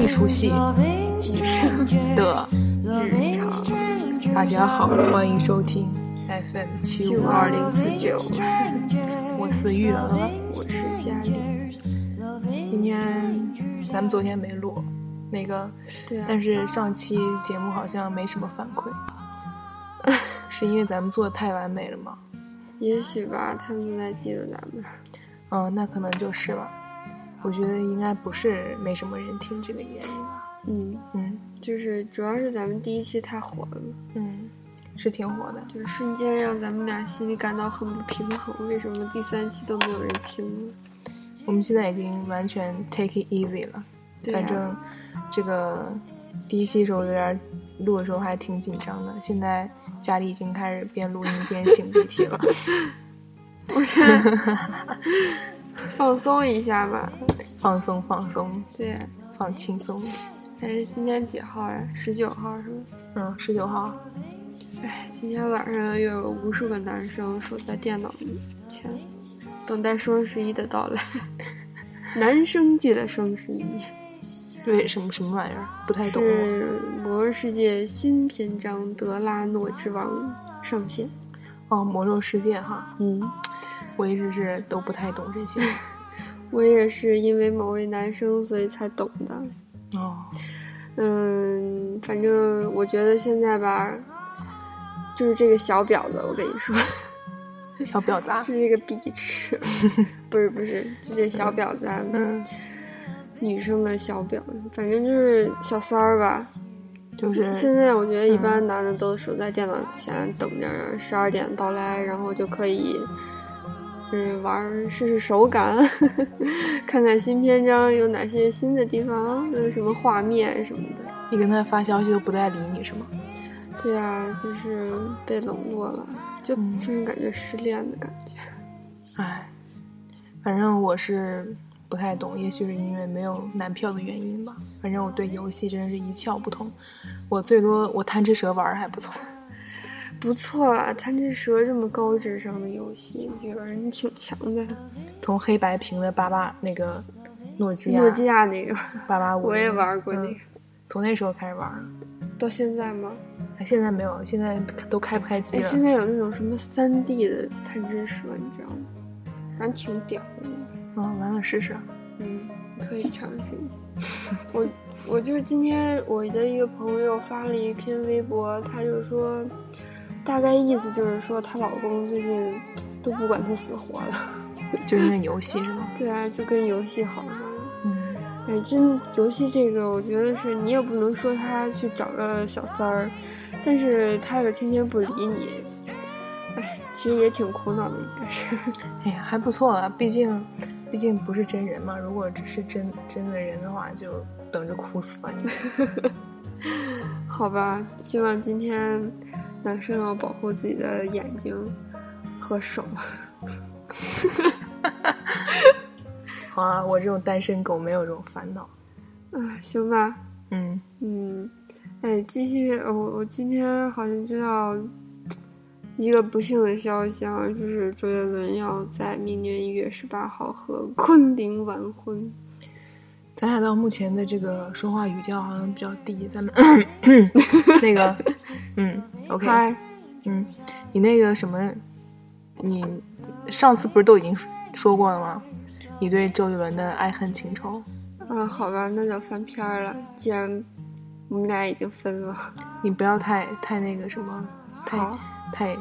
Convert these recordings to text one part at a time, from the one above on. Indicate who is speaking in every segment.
Speaker 1: 是熟悉
Speaker 2: 女生
Speaker 1: 的
Speaker 2: 日常。
Speaker 1: 大家好，欢迎收听 FM 七
Speaker 2: 九
Speaker 1: 五
Speaker 2: 二
Speaker 1: 二
Speaker 2: 零
Speaker 1: 零
Speaker 2: 四
Speaker 1: 四
Speaker 2: 九
Speaker 1: 九，，
Speaker 2: 我
Speaker 1: 我
Speaker 2: 是
Speaker 1: 是
Speaker 2: 玉
Speaker 1: 玉
Speaker 2: 儿
Speaker 1: 儿，
Speaker 2: 我是佳丽。
Speaker 1: 今天咱们昨天没录那个，
Speaker 2: 对啊，
Speaker 1: 但是上期节目好像没什么反 馈，是因为咱们做的太完美了吗？
Speaker 2: 也许吧，他们都在记住咱们。
Speaker 1: 嗯，那可能就是吧。我觉得应该不是没什么人听这个原因吧。
Speaker 2: 嗯，
Speaker 1: 嗯
Speaker 2: 就是主要是咱们第一期太火了，
Speaker 1: 嗯，是挺火的。
Speaker 2: 就是瞬间让咱们俩心里感到很不平衡。为什么第三期都没有人听呢？
Speaker 1: 我们现在已经完全 take it easy 了。
Speaker 2: 对啊
Speaker 1: 反正这个第一期时候有点儿录的时候还挺紧张的，现在家里已经开始边录音边擤鼻涕 了。
Speaker 2: 放松一下吧。
Speaker 1: 放松放松，
Speaker 2: 对啊，
Speaker 1: 放轻松。
Speaker 2: 哎，今天几号呀？十九号是吗？
Speaker 1: 嗯，十九号，
Speaker 2: 哎，今天晚上又有无数个男生守在电脑前，等待双十一的到来。 男生界的双十一
Speaker 1: 对什么什么玩意儿不太懂我。
Speaker 2: 是《魔兽世界》新篇章《德拉诺之王》上线。
Speaker 1: 哦，魔兽世界哈，
Speaker 2: 嗯，
Speaker 1: 我一直是都不太懂这 些。
Speaker 2: 我也是因为某位男生所以才懂的。
Speaker 1: 哦，
Speaker 2: 嗯，反正我觉得现在吧，就是这个小婊子，我跟你说，
Speaker 1: 小婊啊砸
Speaker 2: 就。是这个 bitch，不 是不是，就这小婊子啊。
Speaker 1: 嗯，
Speaker 2: 女生的小婊子，反正就是小三儿吧。
Speaker 1: 就是
Speaker 2: 现在我觉得一般男的都守在电脑前等着十二点到来，然后就可以，嗯，玩儿试试手感， 看看新篇章有哪些新的地方，有什么画面什么的。
Speaker 1: 你跟他发消息都不带理你是吗？
Speaker 2: 对啊，就是被冷落了，就
Speaker 1: 嗯
Speaker 2: 突然感觉失恋的感觉。
Speaker 1: 唉，反正我是不太懂，也许是因为没有男票的原因吧。反正我对游戏真是一窍不通，我最多我贪吃蛇玩儿还不错。
Speaker 2: 不错啊，贪吃蛇这么高智商的游戏，女儿你挺强的。
Speaker 1: 从黑白屏的八八那个诺基亚
Speaker 2: 诺基亚那个
Speaker 1: 八八五，
Speaker 2: 我也玩
Speaker 1: 嗯
Speaker 2: 过那个，
Speaker 1: 从那时候开始玩儿的。
Speaker 2: 到现在吗？
Speaker 1: 哎，现在没有，现在都开不开机
Speaker 2: 哎，
Speaker 1: 了。
Speaker 2: 现在有那种什么三 D 的贪吃蛇，你知道吗？反正挺屌的，
Speaker 1: 嗯，完了试试。
Speaker 2: 嗯，可以尝试一下。我我就是今天我的一个朋友发了一篇微博，她就说，大概意思就是说她老公最近都不管她死活了，
Speaker 1: 就因为游戏是吗？
Speaker 2: 对啊，就跟游戏好上了。
Speaker 1: 嗯，
Speaker 2: 哎，真游戏这个，我觉得是你也不能说他去找个小三儿，但是他是天天不理你，哎，其实也挺苦恼的一件事。
Speaker 1: 哎呀，还不错啊，毕竟毕竟不是真人嘛。如果只是真真的人的话，就等着哭死吧你。
Speaker 2: 好吧，希望今天男生要保护自己的眼睛和手。
Speaker 1: 好啊，我这种单身狗没有这种烦恼。
Speaker 2: 啊，行吧，
Speaker 1: 嗯，
Speaker 2: 嗯，哎，继续，我我今天好像知道一个不幸的消息啊，就是周杰伦要在明年一月十八号和昆凌完婚。
Speaker 1: 咱俩到目前的这个说话语调好像比较低， 咱们 那个，嗯，OK，
Speaker 2: 嗨。
Speaker 1: 嗯，你那个什么，你上次不是都已经说过了吗？你对周杰伦的爱恨情仇，
Speaker 2: 嗯，好吧，那就翻篇儿了。既然我们俩已经分了，
Speaker 1: 你不要太太那个什么，太
Speaker 2: 好，
Speaker 1: 太那个，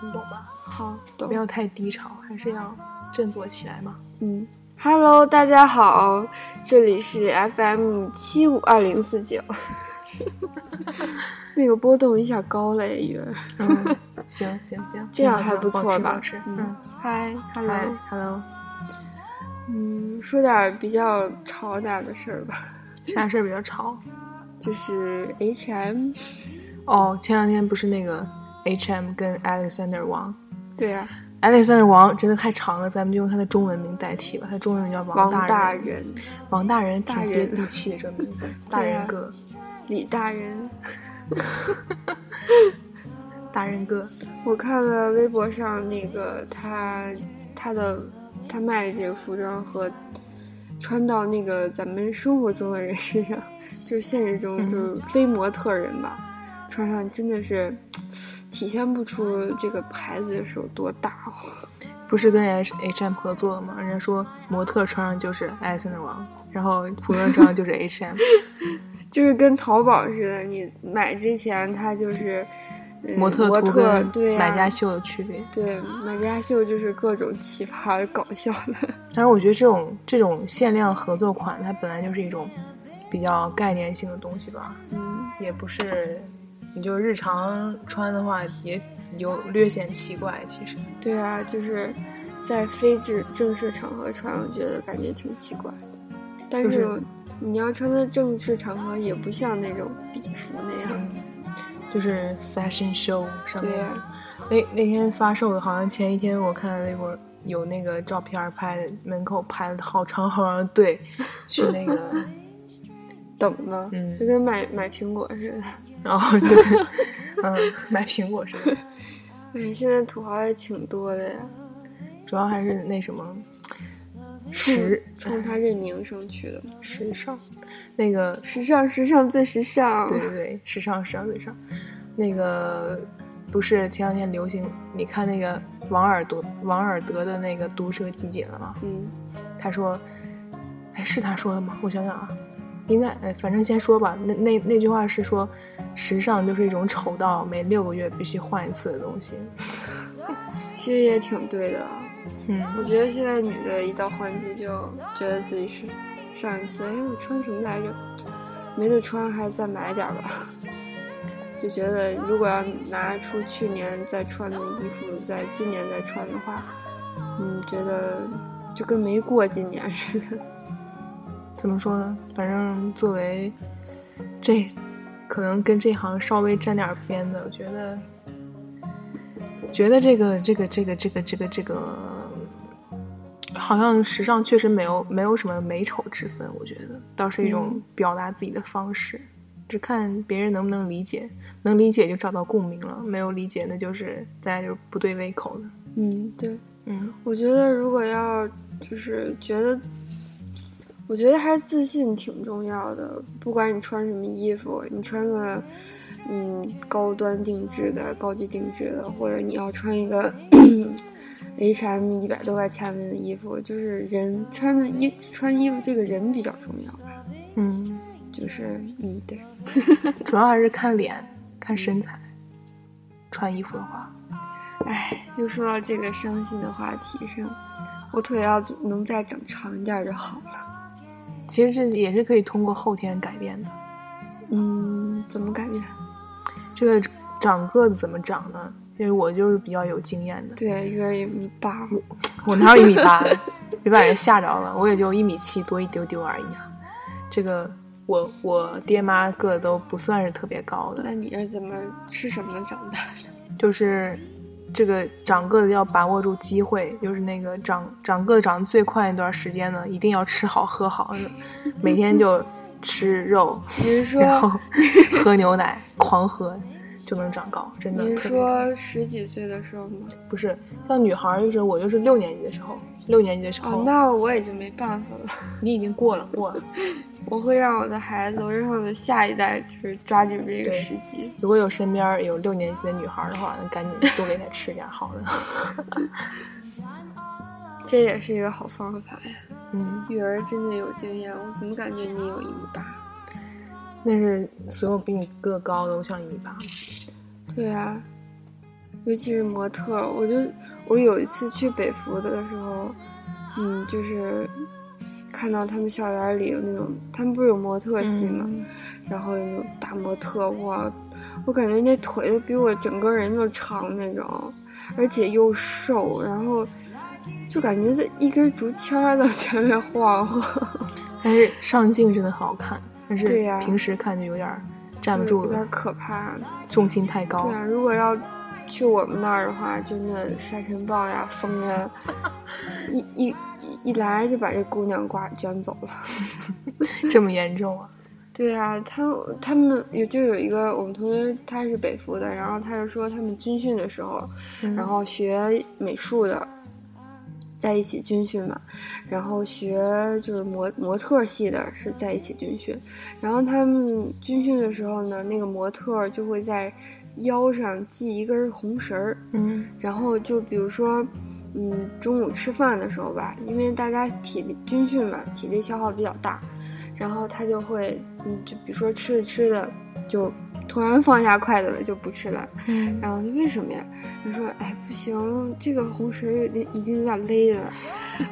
Speaker 1: 你懂吧？
Speaker 2: 好，
Speaker 1: 不
Speaker 2: 懂。
Speaker 1: 要太低潮，还是要振作起来嘛。
Speaker 2: 嗯，Hello，大家好，这里是 FM 七五二零四 九，那个波动一下高了耶，
Speaker 1: 嗯，行行行，
Speaker 2: 这样
Speaker 1: 那个
Speaker 2: 还不错
Speaker 1: 保持
Speaker 2: 吧
Speaker 1: 保持
Speaker 2: 嗯
Speaker 1: 嗯，
Speaker 2: 嗨
Speaker 1: 嗨
Speaker 2: ，Hello，
Speaker 1: ，Hello，
Speaker 2: 嗯，说点儿比较吵点儿的事儿吧，
Speaker 1: 啥事儿比较吵？
Speaker 2: 就是 HM，
Speaker 1: 哦，前两天不是那个 H M 跟 Alexander 王
Speaker 2: 对啊呀、
Speaker 1: ，Alexander 王真的太长了，咱们就用他的中文名代替吧。他中文名叫王
Speaker 2: 王
Speaker 1: 大人，
Speaker 2: 大人、
Speaker 1: 王大人挺接
Speaker 2: 大人
Speaker 1: 地气的这名 字，大
Speaker 2: 对啊
Speaker 1: 人哥，
Speaker 2: 李大人，
Speaker 1: 大人哥，
Speaker 2: 我看了微博上那个他他的他卖的这个服装和穿到那个咱们生活中的人身上，就是现实中
Speaker 1: 嗯
Speaker 2: 就是非模特人吧，穿上真的是体现不出这个牌子是有多大、哦。
Speaker 1: 不是跟 H H M 合作了吗？人家说模特穿上就是艾森王，然后普通人穿上就是 H M，
Speaker 2: 就是跟淘宝似的，你买之前它就是、嗯
Speaker 1: 模特
Speaker 2: 模
Speaker 1: 图
Speaker 2: 特
Speaker 1: 跟
Speaker 2: 对、呀啊
Speaker 1: 买家秀的区别。
Speaker 2: 对买家秀就是各种奇葩搞笑的，
Speaker 1: 但是我觉得这种这种限量合作款，它本来就是一种比较概念性的东西吧，
Speaker 2: 嗯，
Speaker 1: 也不是你就日常穿的话也有略显奇怪。其实，
Speaker 2: 对啊，就是在非正正式场合穿，我觉得感觉挺奇怪的。但、
Speaker 1: 就是是
Speaker 2: 你要穿在正式场合，也不像那种礼服那样子。
Speaker 1: 就是 fashion show 上面
Speaker 2: 对呀、
Speaker 1: 那那天发售的，好像前一天我看微博有那个照片拍的，门口排了好长好长的 队，去那个，
Speaker 2: 等嘛，
Speaker 1: 嗯
Speaker 2: 就跟买买苹果似的。
Speaker 1: 然后就跟嗯买苹果似的。
Speaker 2: 哎，现在土豪也挺多的呀，
Speaker 1: 主要还是那什么 时
Speaker 2: 冲他这名声去的。
Speaker 1: 时尚，那个
Speaker 2: 时尚，时尚最时尚。
Speaker 1: 对对对，时尚时尚时尚，那个不是前两天流行，你看那个王尔德王尔德的那个毒舌集锦了吗？
Speaker 2: 嗯，
Speaker 1: 他说，哎，是他说的吗？我想想啊，应该，哎，反正先说吧。那那那句话是说，时尚就是一种丑到每六个月必须换一次的东西。
Speaker 2: 其实也挺对的啊。
Speaker 1: 嗯，
Speaker 2: 我觉得现在女的，一到换季就觉得自己是上一次，哎，我穿什么来着？没得穿，还是再买点儿吧。 就觉得如果要拿出去年再穿的衣服，在今年再穿的话，嗯，觉得就跟没过今年似的。
Speaker 1: 怎么说呢？反正作为这，可能跟这行稍微沾点儿边的，我觉得，觉得这个这个这个这个这个这个，好像时尚确实没有没有什么美丑之分，我觉得倒是一种
Speaker 2: 嗯
Speaker 1: 表达自己的方式，只看别人能不能理解，能理解就找到共鸣了，没有理解那就是大家就是不对胃口的，
Speaker 2: 嗯，对。
Speaker 1: 嗯，
Speaker 2: 我觉得如果要就是觉得，我觉得还是自信挺重要的。不管你穿什么衣服，你穿个嗯高端定制的、高级定制的，或者你要穿一个 H&M 一百多块钱的衣服，就是人穿的衣穿衣服这个人比较重要吧。
Speaker 1: 嗯，
Speaker 2: 就是嗯，对，
Speaker 1: 主要还是看脸，看身材，穿衣服的话。
Speaker 2: 哎，又说到这个伤心的话题上，我腿要能再长长一点就好了。
Speaker 1: 其实这也是可以通过后天改变的。
Speaker 2: 嗯，怎么改变？
Speaker 1: 这个长个子怎么长呢？因为我就是比较有经验的，
Speaker 2: 对，约一米八，
Speaker 1: 嗯我哪有一米八？别把人吓着了，我也就一米七多一丢丢而已啊。这个我我爹妈个子都不算是特别高的，
Speaker 2: 那你是怎么吃什么长大的？
Speaker 1: 就是这个长个子要把握住机会，就是那个长长个子长得最快那段时间呢，一定要吃好喝好，每天就吃肉，
Speaker 2: 你是
Speaker 1: 然
Speaker 2: 说
Speaker 1: 后 喝牛奶，狂喝就能长高，真的
Speaker 2: 你是
Speaker 1: 特别高。
Speaker 2: 说十几岁的时候吗？
Speaker 1: 不是，像女孩儿就是我就是六年级的时候，六年级的时候，
Speaker 2: 哦，那我已经没办法了，
Speaker 1: 你已经过了过了。
Speaker 2: 我会让我的孩子，我会让我的下一代，就是抓紧这个
Speaker 1: 对
Speaker 2: 时机。
Speaker 1: 如果有身边儿有六年级的女孩儿的话，那赶紧多给她吃点好的。
Speaker 2: 这也是一个好方法呀。
Speaker 1: 嗯，
Speaker 2: 女儿真的有经验，我怎么感觉你有一米八？
Speaker 1: 那是所有比你个高的，我想一米八嘛。
Speaker 2: 对啊，尤其是模特，我就我有一次去北服的时候，嗯，就是看到他们校园里有那种，他们不是有模
Speaker 1: 嗯
Speaker 2: 特系吗？然后有那种大模特，哇，我感觉那腿都比我整个人都长那种，而且又瘦，然后就感觉在一根竹签儿在前面晃晃，
Speaker 1: 但是上镜真的好看，但是
Speaker 2: 对呀
Speaker 1: 平时看就有点儿站不 住
Speaker 2: 有
Speaker 1: 了，
Speaker 2: 点可怕。
Speaker 1: 重心太高
Speaker 2: 对。啊，如果要去我们那儿的话，真的沙尘暴呀、风 呀，一一一一来就把这姑娘刮卷走了。
Speaker 1: 这么严重啊？
Speaker 2: 对啊，他他们有就有一个我们同学，他是北服的，嗯然后他就说他们军训的时候，
Speaker 1: 嗯
Speaker 2: 然后学美术的，在一起军训嘛，然后学就是模模特系的是在一起军训，然后他们军训的时候呢，那个模特就会在腰上系一根红绳儿，
Speaker 1: 嗯
Speaker 2: 然后就比如说，嗯，中午吃饭的时候吧，因为大家体力军训嘛，体力消耗比较大，然后他就会，嗯，就比如说吃着吃着就突然放下筷子了，就不吃了，
Speaker 1: 嗯
Speaker 2: 然后就为什么呀？他说，哎，不行，这个红绳儿已经已经有点勒了，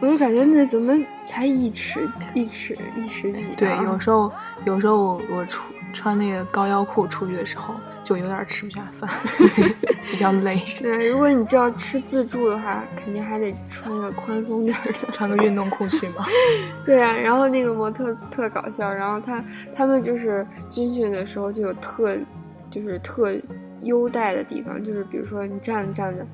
Speaker 2: 我就感觉那怎么才一尺一尺一尺几、啊？
Speaker 1: 对，有时候有时候我我出穿那个高腰裤出去的时候，就有点吃不下饭， 比较累，
Speaker 2: 对，如果你知道吃自助的话，肯定还得穿一个宽松点儿的。
Speaker 1: 穿个运动裤去嘛。
Speaker 2: 对啊，然后那个模特特搞笑，然后他他们就是军训的时候就有特，就是特优待的地方，就是比如说你站着站着，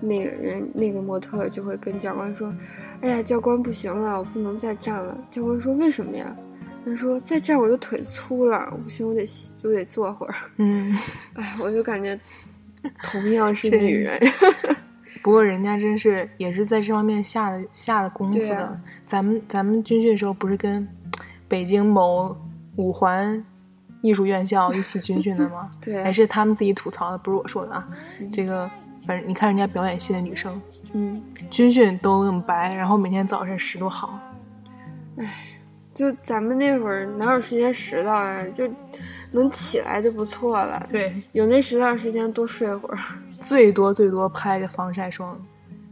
Speaker 2: 那个人那个模特就会跟教官说：“哎呀，教官不行了，我不能再站了。”教官说：“为什么呀？”他说：“再站我就腿粗了，不行，我得我得坐会儿。
Speaker 1: 嗯，”
Speaker 2: 哎，我就感觉同样是
Speaker 1: 是
Speaker 2: 女人，
Speaker 1: 不过人家真是也是在这方面下的下的功夫
Speaker 2: 对
Speaker 1: 的。
Speaker 2: 啊
Speaker 1: 咱们咱们军训的时候不是跟北京某五环艺术院校一起军训的吗？
Speaker 2: 对啊
Speaker 1: 还是他们自己吐槽的，不是我说的啊。这个反正你看人家表演系的女生，
Speaker 2: 嗯。
Speaker 1: 军训都那么白，然后每天早晨拾掇好，
Speaker 2: 就咱们那会儿哪有时间拾掇啊？就能起来就不错了。
Speaker 1: 对，
Speaker 2: 有那拾掇时间多睡会儿。
Speaker 1: 最多最多拍个防晒霜，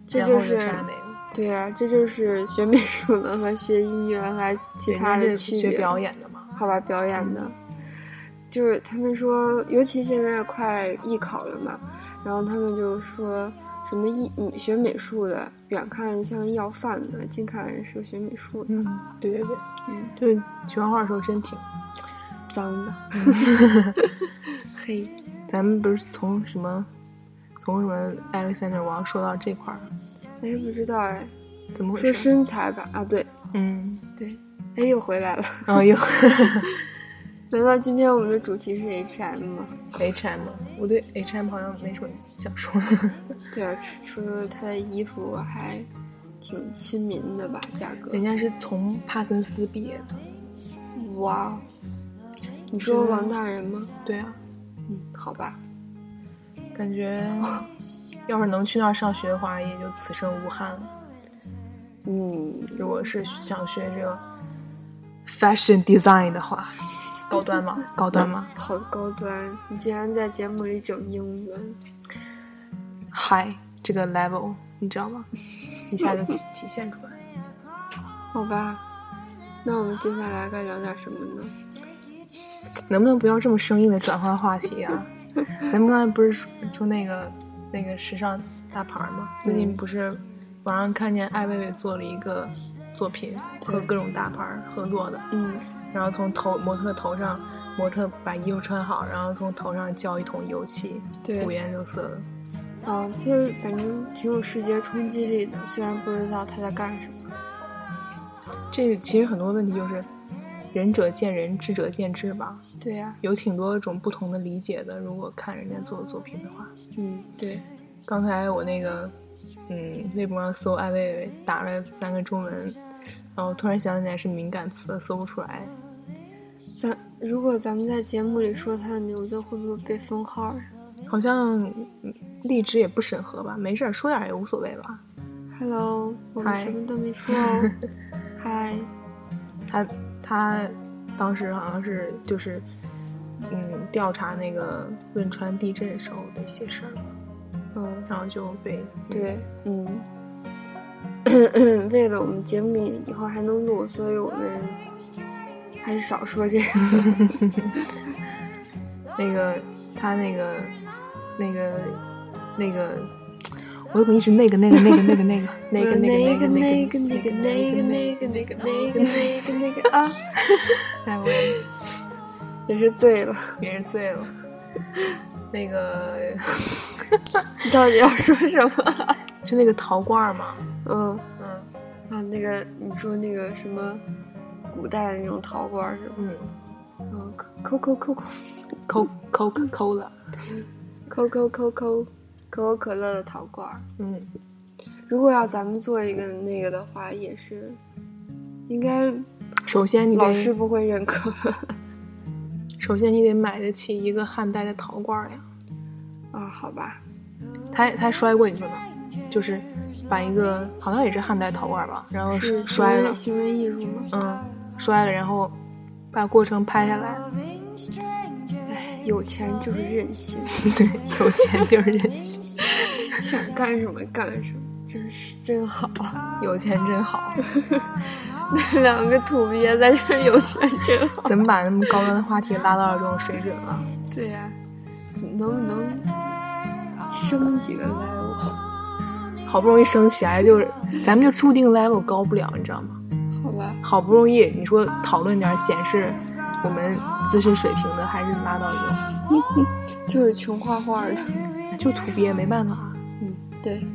Speaker 2: 这
Speaker 1: 然
Speaker 2: 就
Speaker 1: 后
Speaker 2: 是
Speaker 1: 啥没了。
Speaker 2: 对啊，这就是学美术的和学音乐和其
Speaker 1: 人
Speaker 2: 他
Speaker 1: 家
Speaker 2: 的
Speaker 1: 是
Speaker 2: 区
Speaker 1: 学
Speaker 2: 别。
Speaker 1: 表演的嘛，
Speaker 2: 好吧，表演的，就是他们说，尤其现在快艺考了嘛，然后他们就说什么艺嗯学美术的，远看像要饭的，近看是学美术的，
Speaker 1: 嗯，对对对，
Speaker 2: 嗯，
Speaker 1: 就是学画的时候真挺
Speaker 2: 脏的，
Speaker 1: 嗯
Speaker 2: 黑。
Speaker 1: 咱们不是从什么，从什么 Alexander 王说到这块儿，
Speaker 2: 哎，不知道哎，
Speaker 1: 怎么
Speaker 2: 说
Speaker 1: 回事？
Speaker 2: 身材吧，啊对
Speaker 1: 嗯，
Speaker 2: 对，哎又回来了。
Speaker 1: 然后又
Speaker 2: 难道今天我们的主题是 HM 吗？
Speaker 1: HM，我对 HM 好像没什么想说的。
Speaker 2: 对啊，除除了他的衣服还挺亲民的吧，价格。
Speaker 1: 人家是从帕森斯毕业的，
Speaker 2: 哇哦，你说
Speaker 1: 啊
Speaker 2: 王大人吗？
Speaker 1: 对啊，
Speaker 2: 嗯，好吧，
Speaker 1: 感觉要是能去那儿上学的话，也就此生无憾了。
Speaker 2: 嗯，
Speaker 1: 如果是想学这个 fashion design 的话，高端嘛， 高端嘛
Speaker 2: 好高端，你竟然在节目里整英文，
Speaker 1: ，high 这个 level 你知道吗？一下就体体现出来。
Speaker 2: 好吧。那我们接下来该聊点什么呢？
Speaker 1: 能不能不要这么生硬的转换话题啊？咱们刚才不是说说那个那个时尚大牌儿吗？最近不是网上看见艾薇薇做了一个作品，和各种大牌儿合作的，
Speaker 2: 嗯，
Speaker 1: 然后从头模特头上，模特把衣服穿好，然后从头上浇一桶油漆，
Speaker 2: 对
Speaker 1: 五颜六色的。
Speaker 2: 啊，这反正挺有视觉冲击力的，虽然不知道他在干什么。
Speaker 1: 这其实很多问题就是仁者见仁，智者见智吧，
Speaker 2: 对啊呀、
Speaker 1: 有挺多种不同的理解的。如果看人家做的作品的话。
Speaker 2: 嗯，对，
Speaker 1: 刚才我那个，嗯，微博上搜艾薇薇，打了三个中文，然后突然想起来是敏感词，搜不出来。
Speaker 2: 咱如果咱们在节目里说他的名字，会不会被封号啊呀
Speaker 1: 好像嗯荔枝也不审核吧，没事儿，说点儿也无所谓吧。
Speaker 2: ？Hello，我们
Speaker 1: 嗨
Speaker 2: 什么都没说 哦。嗨，
Speaker 1: 他他当时好像是就是，嗯，调查那个汶川地震的时候的一些事儿，
Speaker 2: 嗯，
Speaker 1: 然后就被，
Speaker 2: 对，嗯， 为了我们节目以后还能录，所以我们还是少说 这个。啊
Speaker 1: 那个他那个那个那个。我怎么一直那个那个那个那个那个那个那个
Speaker 2: 那
Speaker 1: 那
Speaker 2: 个
Speaker 1: 个那个那
Speaker 2: 那个那个
Speaker 1: 个
Speaker 2: 那个那个那个那个那个啊，
Speaker 1: 哎，我也
Speaker 2: 也是醉了。
Speaker 1: 也是醉了。那个
Speaker 2: 你到底要说什么？啊
Speaker 1: 就那个陶罐儿嘛，
Speaker 2: 嗯
Speaker 1: 嗯
Speaker 2: 啊，那个你说那个什么古代的那种陶罐儿是吧？
Speaker 1: 嗯
Speaker 2: 嗯，抠抠抠抠
Speaker 1: ，Coke Coke Cola，
Speaker 2: 抠抠抠抠可口可乐的陶罐儿。
Speaker 1: 嗯，
Speaker 2: 如果要咱们做一个那个的话，也是应该
Speaker 1: 首先你
Speaker 2: 老师
Speaker 1: 得，
Speaker 2: 不会认可吧？
Speaker 1: 首先你得买得起一个汉代的陶罐呀。
Speaker 2: 啊，好吧，
Speaker 1: 他他摔过你说吧，就是把一个好像也是汉代陶罐吧，然后
Speaker 2: 是行
Speaker 1: 摔
Speaker 2: 为
Speaker 1: 了，
Speaker 2: 行为啊艺术吗？
Speaker 1: 嗯，摔了，然后把过程拍下来。
Speaker 2: 哎，有钱就是任性，
Speaker 1: 对，有钱就是任性，
Speaker 2: 想干什么干什么，真是真好。
Speaker 1: 有钱真好。
Speaker 2: 那两个土鳖在这儿有钱真好。
Speaker 1: 怎么把那么高端的话题拉到了这种水准啊？
Speaker 2: 对呀、能不能升几个 level？
Speaker 1: 好不容易升起来，就是咱们就注定 level 高不了，你知道吗？
Speaker 2: 好吧，
Speaker 1: 好不容易你说讨论点显示我们自身水平的，还是拉到一个
Speaker 2: 就是穷画画的。
Speaker 1: 就土鳖，没办法，
Speaker 2: 嗯，对。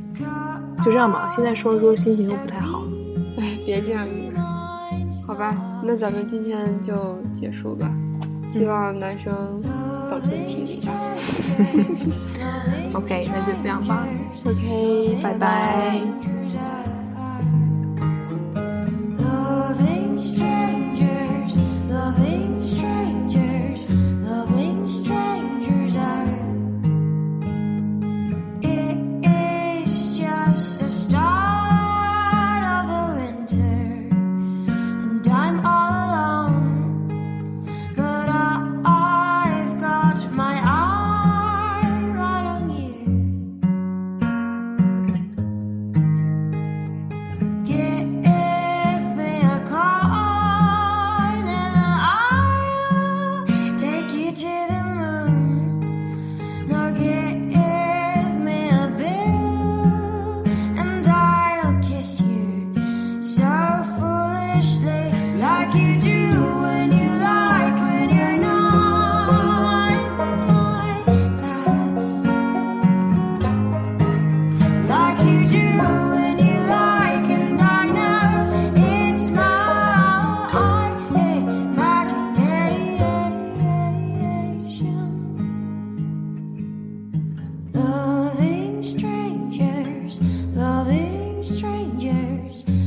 Speaker 1: 就这样吧。现在说着说着心情又不太好，
Speaker 2: 哎， 别这样子，好吧，那咱们今天就结束吧。希望男生保存体力吧。
Speaker 1: OK，那就这样吧，
Speaker 2: OK，
Speaker 1: 拜
Speaker 2: 拜拜
Speaker 1: 拜。
Speaker 3: Loving strangers, loving strangers, loving strangers are. It is just the start of a winter, and I'm all alone. But I, I've got my eye right on you. Give me a coin and I'll take you to the moon. Now give me a bill and I'll kiss you so foolishly, like you do when you like when you're not. That's like you do when you like, and I know it's my imagination. Loving strangers, loving strangers. Oh,